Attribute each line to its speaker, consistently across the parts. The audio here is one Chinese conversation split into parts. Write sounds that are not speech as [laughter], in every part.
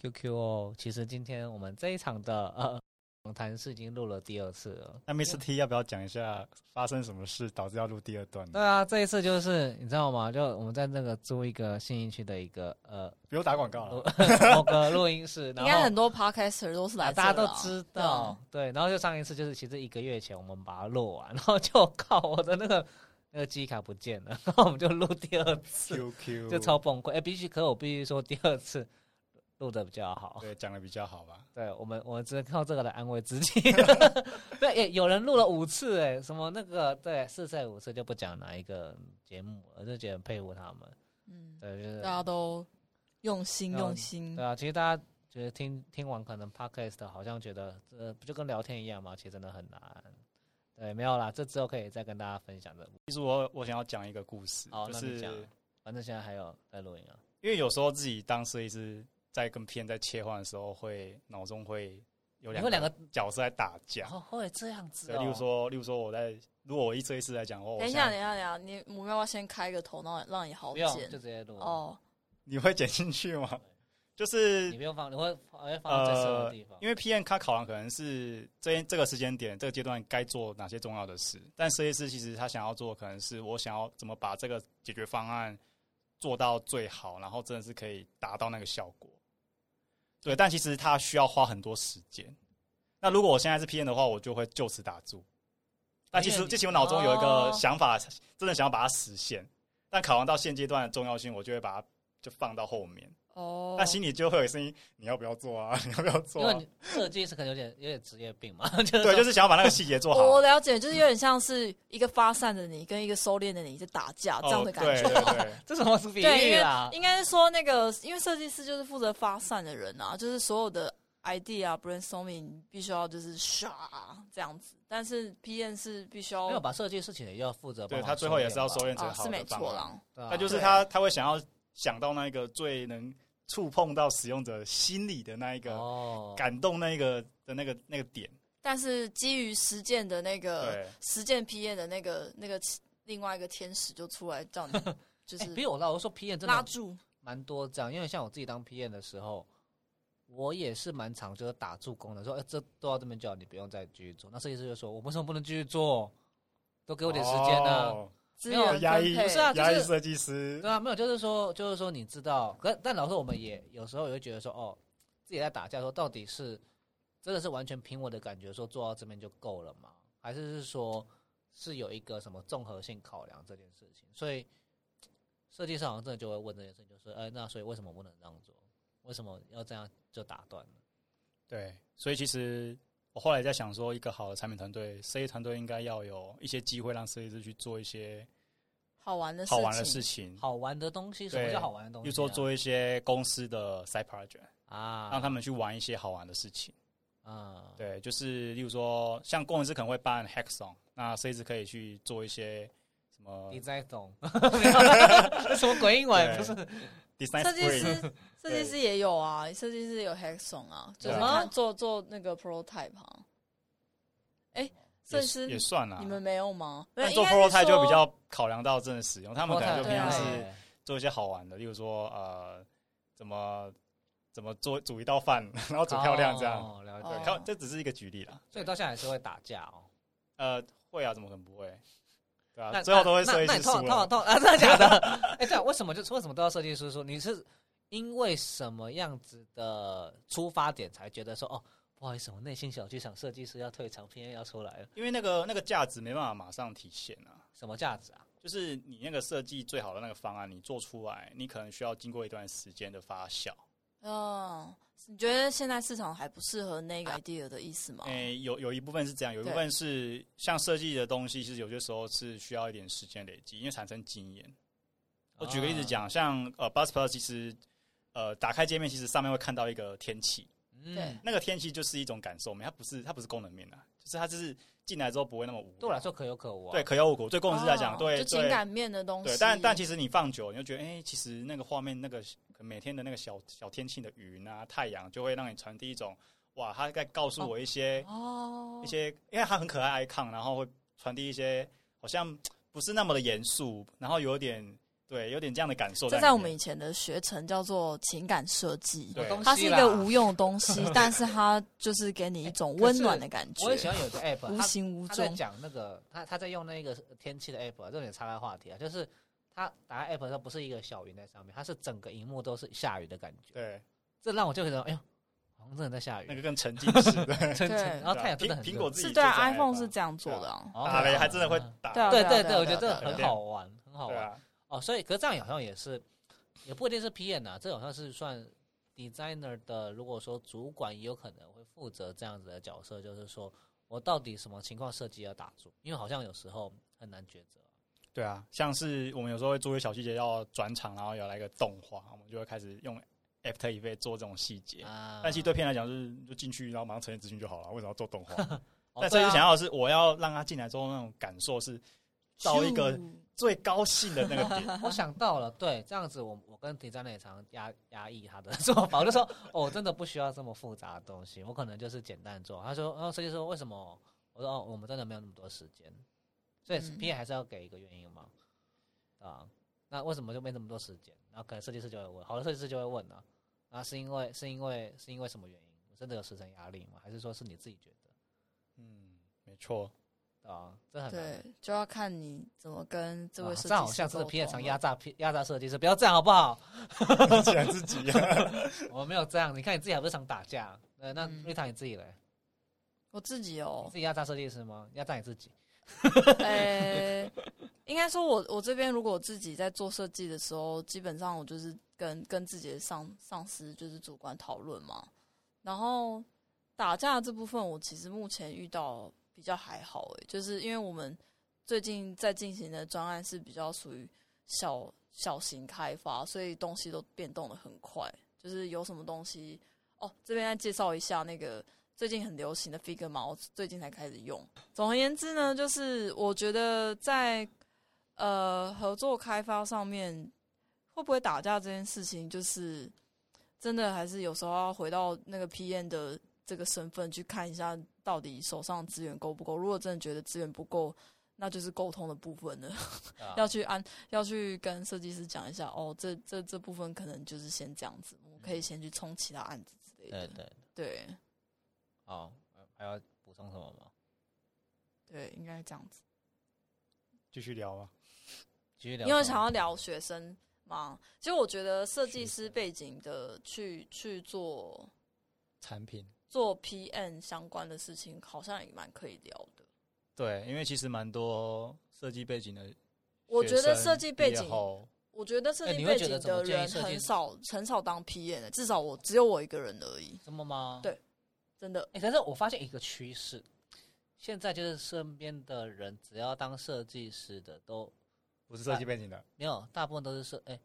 Speaker 1: QQ 哦，其实今天我们这一场的呃访谈是已经录了第二次了。
Speaker 2: 那 Mr T 要不要讲一下发生什么事导致要录第二段呢？
Speaker 1: 对啊，这一次就是你知道吗？就我们在那个租一个信义区的一个呃
Speaker 2: 不用打广告了，
Speaker 1: [laughs] 某
Speaker 3: [laughs]
Speaker 1: 个录音室，
Speaker 3: 应
Speaker 1: 然
Speaker 3: 该
Speaker 1: 后
Speaker 3: 很多 podcaster 都是来、哦
Speaker 1: 啊大家都。知道，对。然后就上一次就是其实一个月前我们把它录完，然后就靠我的那个那个记忆卡不见了，然后我们就录第二次，
Speaker 2: QQ
Speaker 1: 就超崩溃。哎、必须，可我必须说第二次录的比较好。
Speaker 2: 对讲的比较好吧？
Speaker 1: 对我们，我们只能靠这个来安慰自己。对，也有人录了五次，哎，什么那个对四次还是五次就不讲哪一个节目了，我就觉得很佩服他们。
Speaker 3: 嗯，
Speaker 1: 对，就
Speaker 3: 大
Speaker 1: 是
Speaker 3: 家都用心
Speaker 1: 嗯
Speaker 3: 用心
Speaker 1: 对。啊，其实大家觉得听听完可能 podcast 好像觉得呃不就跟聊天一样嘛，其实真的很难。对，没有啦，这之后可以再跟大家分享的。
Speaker 2: 其实我我想要讲一个故事
Speaker 1: 好，，
Speaker 2: 就
Speaker 1: 那你
Speaker 2: 是
Speaker 1: 讲，反正现在还有在录音啊。
Speaker 2: 因为有时候自己当设计师在跟片在切换的时候，会脑中会有
Speaker 1: 你会两
Speaker 2: 两
Speaker 1: 个
Speaker 2: 个角色在打架。
Speaker 1: 哦，会这样子
Speaker 2: 对，
Speaker 1: 哦。
Speaker 2: 例如说，例如说我在如果我一设计师来讲的话，哦我
Speaker 3: 等一
Speaker 2: 现
Speaker 3: 下，
Speaker 2: 在
Speaker 3: 等一下，等一下，你我们要不要先开个头，让让你好
Speaker 1: 不用，
Speaker 3: 剪
Speaker 1: 就？直接录。哦，
Speaker 3: 哦，
Speaker 2: 你会剪进去吗？
Speaker 1: [laughs]
Speaker 2: 就是
Speaker 1: 你不用放，你会我会放到
Speaker 2: 呃
Speaker 1: 最适合的地方。
Speaker 2: 因为 PM 他考量可能是这这个时间点、这个阶段该做哪些重要的事，但设计师其实他想要做的可能是我想要怎么把这个解决方案做到最好，然后真的是可以达到那个效果。对，但其实他需要花很多时间。那如果我现在是 PM 的话，我就会就此打住。但其
Speaker 1: 因为
Speaker 2: 实，
Speaker 1: 你
Speaker 2: 其实我脑中有一个
Speaker 3: 哦
Speaker 2: 想法，真的想要把它实现，但考量到现阶段的重要性，我就会把它就放到后面。
Speaker 3: 哦，
Speaker 2: 但心里就会有声音：你要不要做啊？ [laughs] 你要不要做、
Speaker 1: 因
Speaker 2: 啊
Speaker 1: 为？你设计是可能有点有点职业病嘛， [laughs]
Speaker 3: [laughs]
Speaker 1: 就是
Speaker 2: 对，就是是想要把那个细节做好。
Speaker 3: 哦
Speaker 2: 哦
Speaker 3: 我了解，就是有点像是一个发散的你跟一个收敛的你在打架这样的感觉。
Speaker 2: 哦、对对
Speaker 1: [laughs]
Speaker 2: 对
Speaker 1: 这什么是比
Speaker 3: 对，因
Speaker 1: 喻
Speaker 3: 为
Speaker 1: 啦？
Speaker 3: 应该是说那个，因为设计师就是负责发散的人啊，就是所有的 idea 啊 brainstorming 你必须要就是唰这样子，但是 PM 是必须
Speaker 1: 没有
Speaker 3: 要
Speaker 1: 吧？设计事情也要负责帮
Speaker 2: 对
Speaker 1: 忙收敛吧。
Speaker 2: 他最后也是要收敛最
Speaker 3: 啊
Speaker 2: 好的
Speaker 3: 是没
Speaker 2: 方
Speaker 3: 错
Speaker 2: 案。
Speaker 3: 啦，
Speaker 1: 对啊。
Speaker 2: 那就是他他会想要想到那个最能触碰到使用者心理的那一个、
Speaker 1: 哦，
Speaker 2: 感动那一个的那个那个点。
Speaker 3: 但是基于实践的那个
Speaker 2: 对，
Speaker 3: 实践 PM 的那个那个另外一个天使就出来
Speaker 2: [laughs]
Speaker 3: 叫你就
Speaker 1: 哎
Speaker 3: 是
Speaker 1: 比我老我说 P N 真的
Speaker 3: 拉住，
Speaker 1: 蛮多这样，因为像我自己当 PM 的时候，我也是蛮常就是打助攻的，说，哎、这都到这边就好，你不用再继续做。那设计师就说，我为什么不能继续做？都给我点时间啊呢、
Speaker 2: 哦
Speaker 3: 资
Speaker 1: 没有
Speaker 3: 源
Speaker 2: 压抑
Speaker 3: 分配
Speaker 1: 不是啊就是
Speaker 2: 压抑设计师
Speaker 1: 对，啊，没有，就是说，就是说，你知道，可但老师我们也有时候也会觉得说，哦，自己在打架的时候，到底是真的是完全凭我的感觉说做到这边就够了吗？还是是说是有一个什么综合性考量这件事情？所以设计师好像真的就会问这件事情，就是，哎，那所以为什么不能这样做？为什么要这样就打断了？
Speaker 2: 对，所以其实我后来在想说，一个好的产品团队，设计团队应该要有一些机会让设计师去做一些
Speaker 3: 好玩的
Speaker 2: 好玩的
Speaker 3: 情
Speaker 2: 事情，
Speaker 1: 好玩的东西，什么
Speaker 2: 对
Speaker 1: 叫好玩的东
Speaker 2: 比
Speaker 1: 西、啊？
Speaker 2: 如说做一些公司的 side project，让
Speaker 1: 啊，
Speaker 2: 他们去玩一些好玩的事情。
Speaker 1: 啊，
Speaker 2: 对，就是例如说，像工程师可能会办 hackathon，那设计师可以去做一些什么
Speaker 1: 你在
Speaker 2: [laughs]
Speaker 1: 懂？ [laughs] 这什么鬼英文？
Speaker 2: 对
Speaker 1: 不是
Speaker 2: design
Speaker 3: 设计
Speaker 2: sprint，
Speaker 3: 师， [laughs] 设计师也有啊，设计师有 hackathon 啊，就是
Speaker 1: 对啊
Speaker 3: 看做做那个 prototype 啊。哎、设计
Speaker 2: 也也
Speaker 3: 师
Speaker 2: 算啦
Speaker 3: 你。们没有吗？没有
Speaker 2: 但做
Speaker 3: 应该是
Speaker 2: prototype 就
Speaker 3: 说
Speaker 2: 比较考量到真的使用，他们可能就
Speaker 3: 对
Speaker 2: 平
Speaker 3: 啊
Speaker 2: 常
Speaker 3: 对
Speaker 2: 是做一些好玩的，例如说呃，怎么怎么做煮一道饭，然后煮漂亮这样。
Speaker 1: 哦，了
Speaker 2: 对，
Speaker 1: 解。
Speaker 2: 看这只是一个举例啦。
Speaker 1: 所以到现在还是会打架哦。
Speaker 2: 呃，会啊，怎么可能不会？对啊，
Speaker 1: 那
Speaker 2: 最后都会
Speaker 1: 那
Speaker 2: 设
Speaker 1: 那
Speaker 2: 计
Speaker 1: 你
Speaker 2: 师
Speaker 1: 痛
Speaker 2: 输
Speaker 1: 痛
Speaker 2: 了。
Speaker 1: 痛啊！真的假的？哎，对啊，为什么就是为什么都要设计师说你是因为什么样子的出发点才觉得说哦，不好意思，我内心小剧场设计师要退场，偏要出来了，
Speaker 2: 因为那个那个价值没办法马上体现啊。
Speaker 1: 什么价值啊？
Speaker 2: 就是你那个设计最好的那个方案，你做出来，你可能需要经过一段时间的发酵。
Speaker 3: 嗯，你觉得现在市场还不适合那个
Speaker 2: 哎
Speaker 3: idea 的意
Speaker 1: 哦
Speaker 3: 思吗？
Speaker 2: 诶、有有一部分是这样，有一
Speaker 3: 对
Speaker 2: 部分是像设计的东西，其实有些时候是需要一点时间累积，因为产生经验。
Speaker 1: 哦
Speaker 2: 我举个例子讲，像呃 b u s p l u s 其实呃打开界面，其实上面会看到一个天气，
Speaker 1: 嗯，
Speaker 3: 对
Speaker 2: 那个天气就是一种感受面，它不是它不是功能面啊，就是它就是进来之后不会那么无聊。
Speaker 1: 对我来说可有可无啊。
Speaker 2: 对，可有我国对工程师来讲，
Speaker 3: 哦
Speaker 2: 对
Speaker 3: 就情
Speaker 2: 对
Speaker 3: 感面的东西。
Speaker 2: 对，但但其实你放久，你就觉得，哎、其实那个画面，那个可能每天的那个小小天气的云啊、太阳，就会让你传递一种，哇，它在告诉我一些、
Speaker 3: 哦
Speaker 2: 一，些，因为它很可爱 icon，然后会传递一些好像不是那么的严肃，然后有点对，有点这样的感受里
Speaker 3: 这
Speaker 2: 面。
Speaker 3: 在我们以前的学程叫做情感设计，
Speaker 2: 对
Speaker 1: 东
Speaker 3: 它是
Speaker 1: 西
Speaker 3: 一
Speaker 1: 啦
Speaker 3: 个无用的东
Speaker 1: [laughs]
Speaker 3: 西，但是它就是给你一种温暖的感
Speaker 1: 哎我很喜
Speaker 3: 觉，
Speaker 1: 欢有一个 app，
Speaker 3: 无
Speaker 1: 它
Speaker 3: 形无
Speaker 1: 他在
Speaker 3: 中。
Speaker 1: 讲那个，他他在用那个天气的 app，啊这点岔开话题啊，就是他打开 app 的时候不是一个小云在上面，它是整个荧幕都是下雨的感觉，
Speaker 2: 对
Speaker 1: 这让我就觉得，哎呦，好像真的在下雨，
Speaker 2: 那个更沉浸式，对，啊
Speaker 1: 真的
Speaker 3: 对
Speaker 1: 然后太阳真的
Speaker 2: 苹
Speaker 1: 很
Speaker 2: 苹果
Speaker 1: 热
Speaker 2: 自己
Speaker 3: 是对啊
Speaker 2: 做的
Speaker 3: ，iPhone
Speaker 2: 吧
Speaker 3: 是这样做的啊。
Speaker 1: 哦
Speaker 2: 打雷还真的会打，
Speaker 3: 对啊
Speaker 1: 对对
Speaker 3: 对
Speaker 1: 对，
Speaker 3: 啊
Speaker 1: 我觉得
Speaker 3: 对
Speaker 1: 这
Speaker 3: 啊
Speaker 1: 很
Speaker 2: 对啊
Speaker 1: 好玩，很好
Speaker 2: 对
Speaker 1: 玩
Speaker 2: 啊，
Speaker 1: 哦。所以，可是这样好像也是，也不一定是 PM 啊，这好像是算 designer 的。如果说主管也有可能会负责这样子的角色，就是说我到底什么情况设计要打住，因为好像有时候很难抉择。
Speaker 2: 对啊，像是我们有时候会做一些小细节，要转场，然后有来个动画，我们就会开始用 After Effects 做这种细节。
Speaker 3: 呃
Speaker 1: 啊，
Speaker 2: 但其实对片来讲，就是就进去，然后马上呈现资讯就好了。为什么要做动画？
Speaker 1: 哦，
Speaker 2: 但
Speaker 1: 对
Speaker 2: 设计
Speaker 1: 啊
Speaker 2: 师想要的是，我要让他进来之后那种感受是到一个最高兴的那个点。
Speaker 3: [laughs]
Speaker 1: 我想到了，对，这样子我我跟 designer 也常压压抑他的做法，我就说哦，我真的不需要这么复杂的东西，我可能就是简单做。他说，哦，设计师说为什么？我说哦，我们真的没有那么多时间，所以
Speaker 3: 嗯
Speaker 1: P 还是要给一个原因嘛，啊，那为什么就没那么多时间？然后可能设计师就会问，啊好的设计师就会问了、啊，那是因为是因为是因为什么原因？真的有时程压力吗？还是说是你自己觉得？
Speaker 2: 嗯，没
Speaker 3: [laughs]
Speaker 2: 错，
Speaker 1: 啊，这很难
Speaker 3: 嗯对，就要看你怎么跟这位
Speaker 1: 啊
Speaker 3: 设计
Speaker 1: 这样好
Speaker 3: 师
Speaker 1: 像是
Speaker 3: 沟
Speaker 1: P
Speaker 3: 通
Speaker 1: 常
Speaker 3: 了
Speaker 1: 压榨 P 压榨设计师，不要这样好不好？
Speaker 2: 既然自己、啊
Speaker 1: 我哦没有这样，你看你自己还不是常打架？呃，那
Speaker 3: 嗯
Speaker 1: 瑞塔你自己嘞？
Speaker 3: 我自己
Speaker 1: 你
Speaker 3: 哦
Speaker 1: 自，己压榨设计师吗？压榨你自己？
Speaker 3: 呃，应该说我我这边如果我自己在做设计的时候，基本上我就是跟跟自己的上上司就是主管讨论嘛。然后打架这部分，我其实目前遇到比较还好诶、就是因为我们最近在进行的专案是比较属于小小型开发，所以东西都变动的很快。就是有什么东西哦，这边再介绍一下那个最近很流行的 Figma，我最近才开始用。总而言之呢，就是我觉得在呃合作开发上面，会不会打架这件事情，就是真的还是有时候要回到那个 PM 的这个身份去看一下，到底手上资源够不够。如果真的觉得资源不够，那就是沟通的部分了，
Speaker 1: 对啊
Speaker 3: [laughs] 要去安要去跟设计师讲一下，哦，这这这部分可能就是先这样子，我可以先去冲其他案子之类
Speaker 1: 对
Speaker 3: 的。
Speaker 1: 对，
Speaker 3: 对
Speaker 1: 好，呃还要补充什么吗？
Speaker 3: 对，应该这样子。
Speaker 2: 继续聊吧。
Speaker 1: 继续聊什
Speaker 3: 因
Speaker 1: 么。
Speaker 3: 为想要聊学生嘛，其实我觉得设计
Speaker 2: 学
Speaker 3: 师
Speaker 2: 生
Speaker 3: 背景的去去做
Speaker 2: 产品
Speaker 3: 做 PM 相关的事情，好像也蛮可以聊的。
Speaker 2: 对，因为其实蛮多设计背景的学生毕业后，
Speaker 3: 我觉得设计背景我觉得设
Speaker 1: 哎
Speaker 3: 计
Speaker 1: 你会
Speaker 3: 背
Speaker 1: 觉得
Speaker 3: 景
Speaker 1: 怎么
Speaker 3: 的
Speaker 1: 建议
Speaker 3: 人
Speaker 1: 设计
Speaker 3: 很
Speaker 1: 师
Speaker 3: 少很少当 PM 的，至少我只有我一个人而已，
Speaker 1: 什么吗？
Speaker 3: 对真的。
Speaker 1: 哎，可是我发现一个趋势，现在就是身边的人只要当设计师的都
Speaker 2: 不是设计背景
Speaker 3: 啊
Speaker 2: 的
Speaker 1: 没有，大部分都是设哎，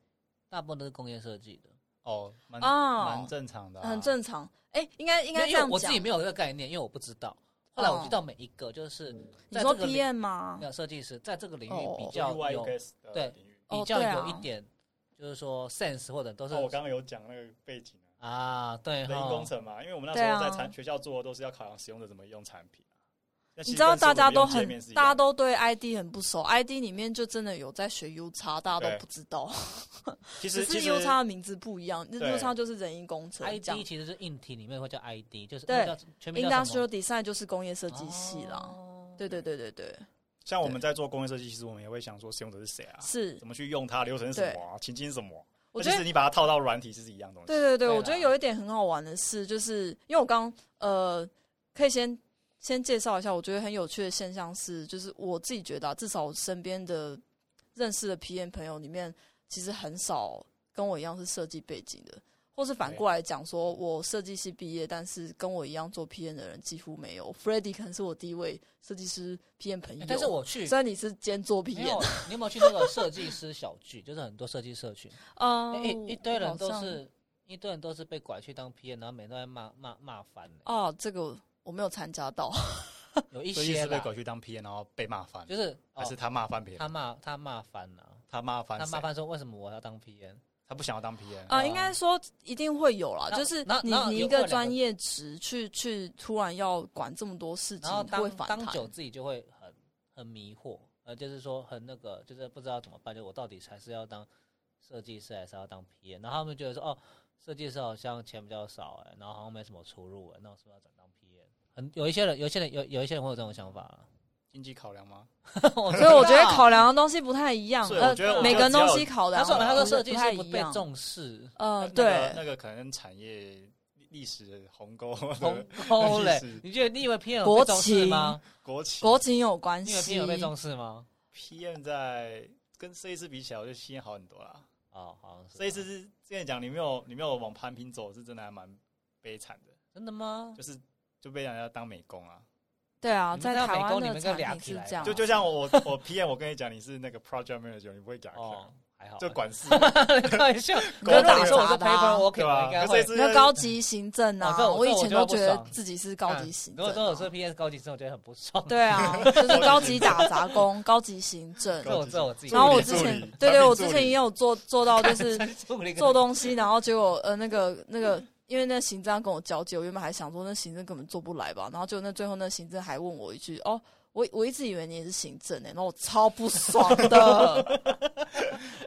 Speaker 1: 大部分都是工业设计的。
Speaker 2: 哦，蛮
Speaker 3: 哦
Speaker 2: 蛮正常的啊，
Speaker 3: 很正常，哎、应该应该
Speaker 1: 因
Speaker 3: 这
Speaker 1: 为
Speaker 3: 样
Speaker 1: 我自
Speaker 3: 讲
Speaker 1: 己。没有这个概念，因为我不知道。后来我
Speaker 3: 哦嗯
Speaker 1: 遇到每一个就是
Speaker 3: 你
Speaker 1: 在
Speaker 3: 说
Speaker 1: 这个领
Speaker 3: PM 吗
Speaker 1: 没？有设计师，在这个领
Speaker 3: 哦
Speaker 1: 域比
Speaker 3: 哦
Speaker 1: 较
Speaker 2: UI
Speaker 1: 有
Speaker 2: UX 的
Speaker 1: 对
Speaker 2: 领域
Speaker 3: 哦
Speaker 1: 比较
Speaker 3: 对
Speaker 1: 有
Speaker 3: 啊
Speaker 1: 一点，就是说 sense 或者都是
Speaker 2: 哦，我刚刚有讲那个背景啊，
Speaker 1: 啊，对
Speaker 2: [laughs] 人因
Speaker 1: 哈
Speaker 2: 工，程嘛，因为我们那
Speaker 3: 对
Speaker 2: 时
Speaker 3: 啊
Speaker 2: 候在产学校做的都是要考量使用者怎么用产品啊。那其
Speaker 3: 你
Speaker 2: 实
Speaker 3: 知道
Speaker 2: 跟
Speaker 3: 大家
Speaker 2: 使用者
Speaker 3: 都
Speaker 2: 用界
Speaker 3: 很
Speaker 2: 面是一，样
Speaker 3: 大家
Speaker 2: 的
Speaker 3: 都对 ID 很不熟，ID 里面就真的有在学 U 叉，大家
Speaker 2: 对
Speaker 3: 都不知道。
Speaker 2: 其
Speaker 3: 只
Speaker 2: 实其
Speaker 3: 是
Speaker 2: 实
Speaker 3: U 叉的名字不一样
Speaker 2: 对
Speaker 3: ，U 叉就是人因工程这样
Speaker 1: ID 其实是硬体里面会叫 ID，就是
Speaker 3: 对
Speaker 1: 那叫全名叫什么
Speaker 3: Industrial Design 就是工业设计系啦。
Speaker 1: 哦
Speaker 3: 对对对对对，
Speaker 2: 像我们在做工业设计，其实我们也会想说使用者是谁啊，
Speaker 3: 是
Speaker 2: 怎。么去用它，流程是什么啊，情境是什么啊。
Speaker 3: 我
Speaker 2: 那其
Speaker 3: 觉
Speaker 2: 实
Speaker 3: 得，
Speaker 2: 你把它套到软体，是一样东西。
Speaker 3: 对对对，
Speaker 1: 对啦
Speaker 3: 我觉得有一点很好玩的是，就是因为我刚呃，可以先先介绍一下，我觉得很有趣的现象是，就是我自己觉得、啊，至少我身边的认识的 PM 朋友里面，其实很少跟我一样是设计背景的。或是反过来讲，说我设计系毕业，但是跟我一样做 PM 的人几乎没有。Freddy 可能是我第一位设计师 PM 朋友
Speaker 1: 哎，但是我去
Speaker 3: 虽然你是兼做 P
Speaker 1: 没
Speaker 3: 演
Speaker 1: 有，，你有没有去那个设计师小聚？就是很多设计社群，
Speaker 3: 嗯，
Speaker 1: 一一堆人都
Speaker 3: 好像
Speaker 1: 是一堆人都是被拐去当 PM，然后每天都在骂骂骂翻了，
Speaker 3: 哦，这个我没有参加到，
Speaker 1: 有一
Speaker 2: 所以
Speaker 1: 些
Speaker 2: 是被
Speaker 1: 啦
Speaker 2: 狗去当 P，然后被骂翻，
Speaker 1: 就是
Speaker 2: 还是
Speaker 1: 哦，
Speaker 2: 他骂翻别
Speaker 1: 他
Speaker 2: 人，
Speaker 1: 骂他骂翻了，
Speaker 2: 他骂翻
Speaker 1: 他
Speaker 2: 谁
Speaker 1: 骂翻说为什么我要当 PM？
Speaker 2: 他不想要当 P，
Speaker 3: 啊、
Speaker 1: 哦
Speaker 3: 应该说一定会有啦，
Speaker 1: 那
Speaker 3: 就是
Speaker 1: 那
Speaker 3: 你
Speaker 1: 那
Speaker 3: 你
Speaker 1: 有会有
Speaker 3: 一个
Speaker 1: 两
Speaker 3: 专
Speaker 1: 个
Speaker 3: 业职去去突然要管这么多事情
Speaker 1: 然后，
Speaker 3: 会
Speaker 1: 当
Speaker 3: 反
Speaker 1: 当
Speaker 3: 弹
Speaker 1: 久自己就会很很迷惑，呃，就是说很那个，就是不知道怎么办，就我到底还是要当设计师还是要当 PM？然后他们觉得说，哦，设计师好像钱比较少哎、然后好像没什么出路哎、那我是不是要转当 PM？很有一些人，有一些人有有一些人会有这种想法啊、
Speaker 2: 经济考量吗？
Speaker 1: 我
Speaker 3: 所以 [laughs] 我觉得
Speaker 1: 知道
Speaker 3: 考量的东西不太一样，
Speaker 2: 所以我
Speaker 3: 呃
Speaker 2: 觉得，我
Speaker 3: 每
Speaker 2: 觉
Speaker 3: 个
Speaker 2: 得
Speaker 3: 人东
Speaker 2: 只要
Speaker 3: 西考量
Speaker 1: 他说
Speaker 3: 不
Speaker 1: 他说设
Speaker 3: 不
Speaker 1: 计
Speaker 3: 太
Speaker 1: 师不
Speaker 3: 一
Speaker 1: 被
Speaker 3: 样，
Speaker 1: 重视，
Speaker 3: 呃，
Speaker 2: 那个
Speaker 3: 对
Speaker 2: 那，个可能产业历史鸿沟、
Speaker 1: 鸿沟
Speaker 2: [laughs]
Speaker 1: 嘞
Speaker 2: 是是。
Speaker 1: 你觉得你以为 PM 有
Speaker 3: 国
Speaker 1: 被重视吗？
Speaker 2: 国企、
Speaker 3: 国情有关
Speaker 1: 你以为
Speaker 3: 系
Speaker 1: PM 有。被重视吗？
Speaker 2: PM 在跟设计师比起来，我觉得经验好很多啦。
Speaker 1: 哦，好像是。
Speaker 2: 设计师是之前讲，你没有你没有往攀平走，是真的还蛮悲惨的，
Speaker 1: 真的吗？
Speaker 2: 就是就被人家当美工啊。
Speaker 3: 对啊，
Speaker 1: 你们
Speaker 3: 在
Speaker 1: 在
Speaker 3: 台
Speaker 1: 美
Speaker 3: 湾
Speaker 1: 工你
Speaker 3: 的
Speaker 1: 们跟
Speaker 3: 产
Speaker 1: 俩
Speaker 3: 品
Speaker 1: 起
Speaker 3: 是
Speaker 1: 来
Speaker 3: 这样
Speaker 1: 啊
Speaker 2: 就，就像我我我 PM，我跟你讲，你是那个 project manager，你不会给他
Speaker 1: 哦
Speaker 2: 看，，
Speaker 1: 还好。
Speaker 2: 就管事，
Speaker 1: [laughs] 开玩笑，可是如
Speaker 2: 狗
Speaker 1: 果
Speaker 2: 打
Speaker 1: 你说我是
Speaker 3: 杂的啊
Speaker 1: paper working，
Speaker 2: 对
Speaker 1: 我
Speaker 2: 吧？
Speaker 1: 应该
Speaker 2: 可是
Speaker 1: 会
Speaker 2: 设计。师
Speaker 3: 那高级行政
Speaker 1: 哦
Speaker 3: 啊，
Speaker 1: 这我
Speaker 3: 以
Speaker 1: 这我
Speaker 3: 前
Speaker 1: 就
Speaker 3: 都
Speaker 1: 不
Speaker 3: 觉得
Speaker 1: 爽
Speaker 3: 自己是高级
Speaker 1: 嗯
Speaker 3: 行
Speaker 1: 如
Speaker 3: 政
Speaker 1: 果
Speaker 3: 啊。
Speaker 1: 如果是 PS 高级生，我觉得很不爽。
Speaker 2: 嗯
Speaker 3: 对啊，就是高级打杂工、高级行政。
Speaker 1: 这我这我自己。
Speaker 3: 然后我
Speaker 2: 助
Speaker 3: 之
Speaker 2: 理
Speaker 3: 前
Speaker 2: 助理
Speaker 3: 对
Speaker 2: 产
Speaker 3: 对，
Speaker 2: 品
Speaker 3: 我
Speaker 2: 助
Speaker 3: 之前
Speaker 2: 理
Speaker 3: 也有做做到，就是
Speaker 1: 助理
Speaker 3: [laughs] 做东西，然后结果呃那个那个，因为那行政要跟我交接，我原本还想说那行政根本做不来吧，然后就那最后那行政还问我一句哦。我我一直以为你也是行政呢、然后我超不
Speaker 1: [laughs]
Speaker 3: 爽的，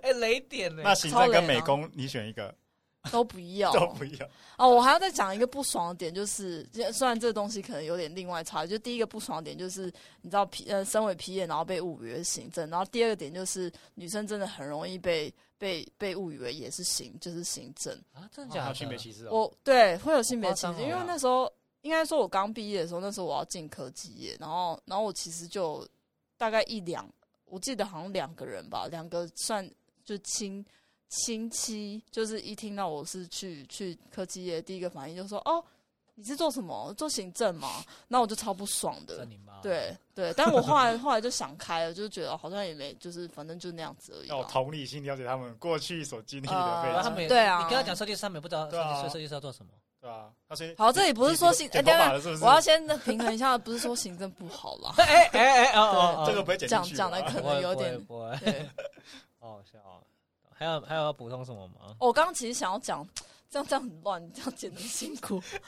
Speaker 1: 哎雷点呢
Speaker 2: 那？行政跟美
Speaker 3: 啊
Speaker 2: 工，你选一个
Speaker 3: 都不要
Speaker 2: 都不要。
Speaker 3: 哦！我还要再讲一个不爽的点，就是虽然这东西可能有点另外差，就第一个不爽的点就是你知道皮呃身为皮眼，然后被误以为是行政，然后第二个点就是女生真的很容易被被被误以为也是行就是行政，
Speaker 1: 啊，真的
Speaker 2: 还
Speaker 1: 假
Speaker 2: 有
Speaker 1: 的？
Speaker 2: 性别歧视哦，
Speaker 3: 我对会有性别
Speaker 1: 好
Speaker 3: 歧
Speaker 1: 夸张
Speaker 3: 视，
Speaker 1: 哦
Speaker 3: 因为
Speaker 1: 呀
Speaker 3: 那时候应该说，我刚毕业的时候，那时候我要进科技业，然后然后我其实就大概一两，我记得好像两个人吧，两个算就亲亲戚，就是一听到我是去去科技业，第一个反应就说哦。你是做什么？做行政吗？那我就超不爽的
Speaker 1: 是。你妈？
Speaker 3: 对对，但我后来后来就想开了，就是觉得好像也没，就是反正就那样子而已
Speaker 2: 要有
Speaker 3: 啦。
Speaker 2: 同理心了解他们过去所经历的
Speaker 3: 呃
Speaker 1: 然后他
Speaker 2: 背景，
Speaker 1: 们也
Speaker 3: 对啊
Speaker 1: 你跟他讲设计师，他们也不知道
Speaker 2: 对啊
Speaker 1: 设计师设计师要做什么。 [laughs]
Speaker 2: 对吧？那所以
Speaker 3: 好这里不是说
Speaker 2: 你
Speaker 3: 性
Speaker 2: 你剪
Speaker 3: 哎
Speaker 2: 头
Speaker 3: 等一下
Speaker 2: 发了是不是？
Speaker 3: 我要先平衡一下，不是说行政不好啦，
Speaker 1: 哎哎哎哦哦，
Speaker 2: 这个不会剪进
Speaker 3: 讲
Speaker 2: 去啊
Speaker 3: 讲的
Speaker 2: 吧
Speaker 3: 可能有点
Speaker 1: 不会，
Speaker 3: 对，
Speaker 1: 好好笑哦。还有还有要补充什么吗？
Speaker 3: 我刚刚其实想要讲，这样这样很乱，这样剪得很辛 [laughs] 苦。
Speaker 2: 嗯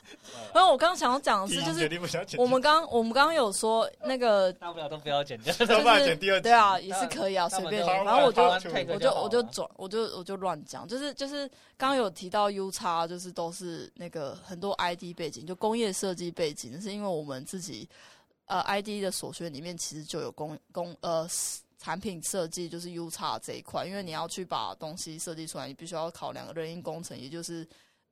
Speaker 3: 然后我刚刚想要讲的
Speaker 2: 第
Speaker 3: 是，
Speaker 2: 一
Speaker 3: 就
Speaker 2: 决
Speaker 3: 是
Speaker 2: 定不想剪进去，
Speaker 3: 我们刚我们刚刚有说那个，
Speaker 1: 大不了都不要
Speaker 3: [laughs]
Speaker 1: 剪掉。
Speaker 2: 怎么办？剪第二集
Speaker 3: 对，啊，也是可以啊，随
Speaker 1: [laughs]
Speaker 3: 便
Speaker 2: 他
Speaker 3: 剪。
Speaker 2: 们
Speaker 3: 反正我就
Speaker 2: 他们
Speaker 3: 我就
Speaker 1: 啊
Speaker 3: 我就转我就我就乱讲，就是就是刚刚有提到 U 叉，就是都是那个很多 ID 背景，就工业设计背景，是因为我们自己呃 ID 的所学里面其实就有工工呃产品设计，就是 U 叉这一块，因为你要去把东西设计出来，你必须要考量人因工程，也就是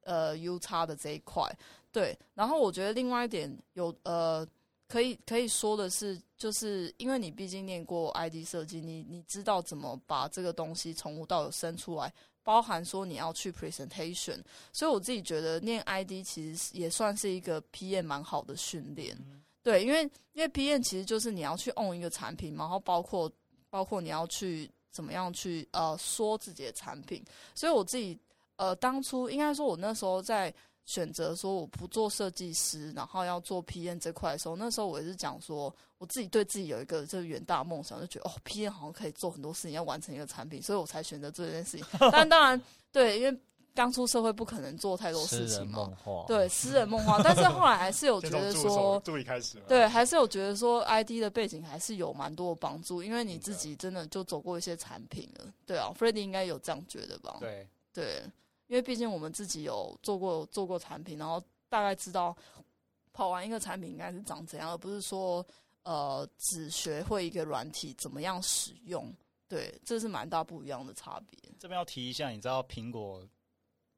Speaker 3: 呃 U 叉的这一块。对，然后我觉得另外一点有呃。可以可以说的是，就是因为你毕竟念过 ID 设计，你你知道怎么把这个东西从无到有生出来，包含说你要去 presentation，所以我自己觉得念 ID 其实也算是一个 PM 蛮好的训练。对，因为因为 PM 其实就是你要去 own 一个产品嘛，然后包括包括你要去怎么样去呃说自己的产品，所以我自己呃当初应该说，我那时候在选择说我不做设计师，然后要做 PM 这块的时候，那时候我也是讲说，我自己对自己有一个就是远大的梦想，就觉得哦，PM 好像可以做很多事情，要完成一个产品，所以我才选择做这件事情。但当然，对，因为刚出社会不可能做太多事情嘛，
Speaker 1: 话，
Speaker 3: 对，私人梦话。但是后来还是有
Speaker 2: 先
Speaker 3: 觉
Speaker 2: 从
Speaker 3: 得
Speaker 2: 助
Speaker 3: 说
Speaker 2: 手，助理开始嘛，
Speaker 3: 对，还是有觉得说 ID 的背景还是有蛮多的帮助，因为你自己真的就走过一些产品了，对啊 f r e d d y 应该有这样觉得吧？
Speaker 2: 对，
Speaker 3: 对，因为毕竟我们自己有做过做过产品，然后大概知道跑完一个产品应该是长怎样，而不是说呃只学会一个软体怎么样使用。对，这是蛮大不一样的差别。
Speaker 2: 这边要提一下，你知道苹果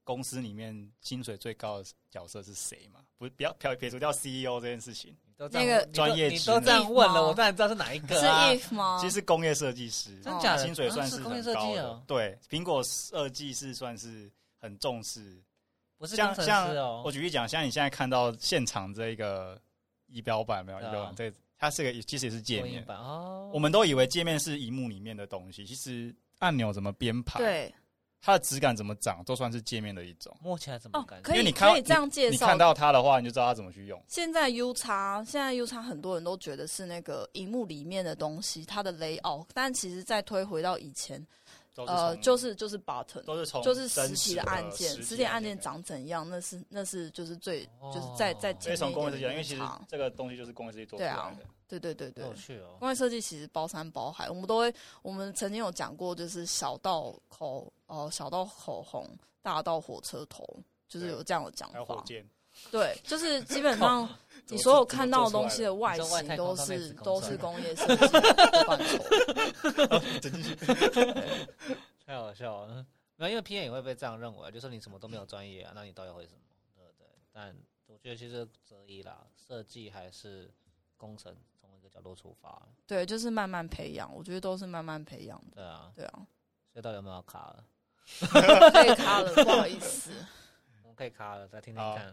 Speaker 2: 公司里面薪水最高的角色是谁吗？不，不要撇撇除掉 CEO E 这件事情，
Speaker 1: 都这样
Speaker 3: 那个
Speaker 1: 你都
Speaker 2: 专业
Speaker 1: 你
Speaker 2: 职
Speaker 1: 都
Speaker 2: 能
Speaker 1: 这样问
Speaker 3: 吗
Speaker 1: 了，我当然知道是哪一个
Speaker 3: 是
Speaker 1: 啊
Speaker 3: if 吗？
Speaker 2: 其实是工业设计师，
Speaker 1: 真假的？
Speaker 2: 薪水
Speaker 1: 啊
Speaker 2: 算
Speaker 1: 是工业
Speaker 2: 很
Speaker 1: 设
Speaker 2: 高
Speaker 1: 计
Speaker 2: 的
Speaker 1: 哦。，
Speaker 2: 对，苹果设计是算是很重视。
Speaker 1: 不是
Speaker 2: 像
Speaker 1: 工程师
Speaker 2: 像我
Speaker 1: 哦。
Speaker 2: 举例讲，像你现在看到现场这一个仪表板没有？仪
Speaker 1: 对啊
Speaker 2: 表板这它是个其实也是界
Speaker 1: 录音
Speaker 2: 面，
Speaker 1: 版哦，
Speaker 2: 我们都以为界面是荧幕里面的东西，其实按钮怎么编排，
Speaker 3: 对
Speaker 2: 它的质感怎么长，都算是界面的一种。
Speaker 1: 摸起来怎么
Speaker 3: 哦
Speaker 1: 感，觉？
Speaker 3: 可
Speaker 2: 因为
Speaker 3: 以
Speaker 2: 你看到
Speaker 3: 可以这样介
Speaker 2: 你
Speaker 3: 绍
Speaker 2: 看。到它的话，你就知道它怎么去用。
Speaker 3: 现在 U 叉，现在 U 叉很多人都觉得是那个荧幕里面的东西，它的 layout，但其实再推回到以前，
Speaker 2: 都是
Speaker 3: 呃，
Speaker 2: 从
Speaker 3: 就是就是 button，
Speaker 2: 都是从
Speaker 3: 就是实
Speaker 2: 真
Speaker 3: 体
Speaker 2: 实
Speaker 3: 的按键，实体按键
Speaker 2: 开始。
Speaker 3: 长怎样，那是那是就是最、
Speaker 1: 哦
Speaker 3: 就是在在
Speaker 1: 所
Speaker 2: 所以
Speaker 3: 前面
Speaker 2: 从
Speaker 3: 一
Speaker 2: 工业设
Speaker 3: 点的
Speaker 2: 计来，因为
Speaker 3: 入
Speaker 2: 其实
Speaker 3: 场
Speaker 2: 这个东西就是工业设计做出
Speaker 3: 对
Speaker 2: 来
Speaker 3: 啊
Speaker 2: 的，
Speaker 3: 对对对对
Speaker 1: 好有，趣哦。
Speaker 3: 工业设计其实包山包海，我们都会，我们曾经有讲过，就是小到口哦、小到口红，大到火车头，就是
Speaker 2: 对
Speaker 3: 有这样的讲
Speaker 2: 还有火
Speaker 3: 法。
Speaker 2: 箭，
Speaker 3: 对，就是基本上
Speaker 2: 怎
Speaker 3: 你
Speaker 2: 么
Speaker 3: 所有
Speaker 2: 做怎么
Speaker 3: 看到的
Speaker 2: 做出
Speaker 3: 东
Speaker 2: 来
Speaker 3: 西的外
Speaker 1: 你说外太
Speaker 3: 形都
Speaker 1: 空到内
Speaker 3: 是
Speaker 1: 子宫
Speaker 3: 都
Speaker 1: 算
Speaker 3: 是
Speaker 1: 吗
Speaker 3: 工业设计的范畴。
Speaker 1: 太好笑了。没有，因为 P N 也会被这样认为，就说你什么都没有专业啊，那你到底会什么？对不对？但我觉得其实择一啦，设计还是工程，从一个角度出发，
Speaker 3: 对，就是慢慢培养，我觉得都是慢慢培养的。
Speaker 1: 对啊。
Speaker 3: 对啊，
Speaker 1: 所以到底有没有卡了？
Speaker 3: 可以卡了，不好意思。
Speaker 1: 我们可以卡了，再听听
Speaker 2: 好
Speaker 1: 看。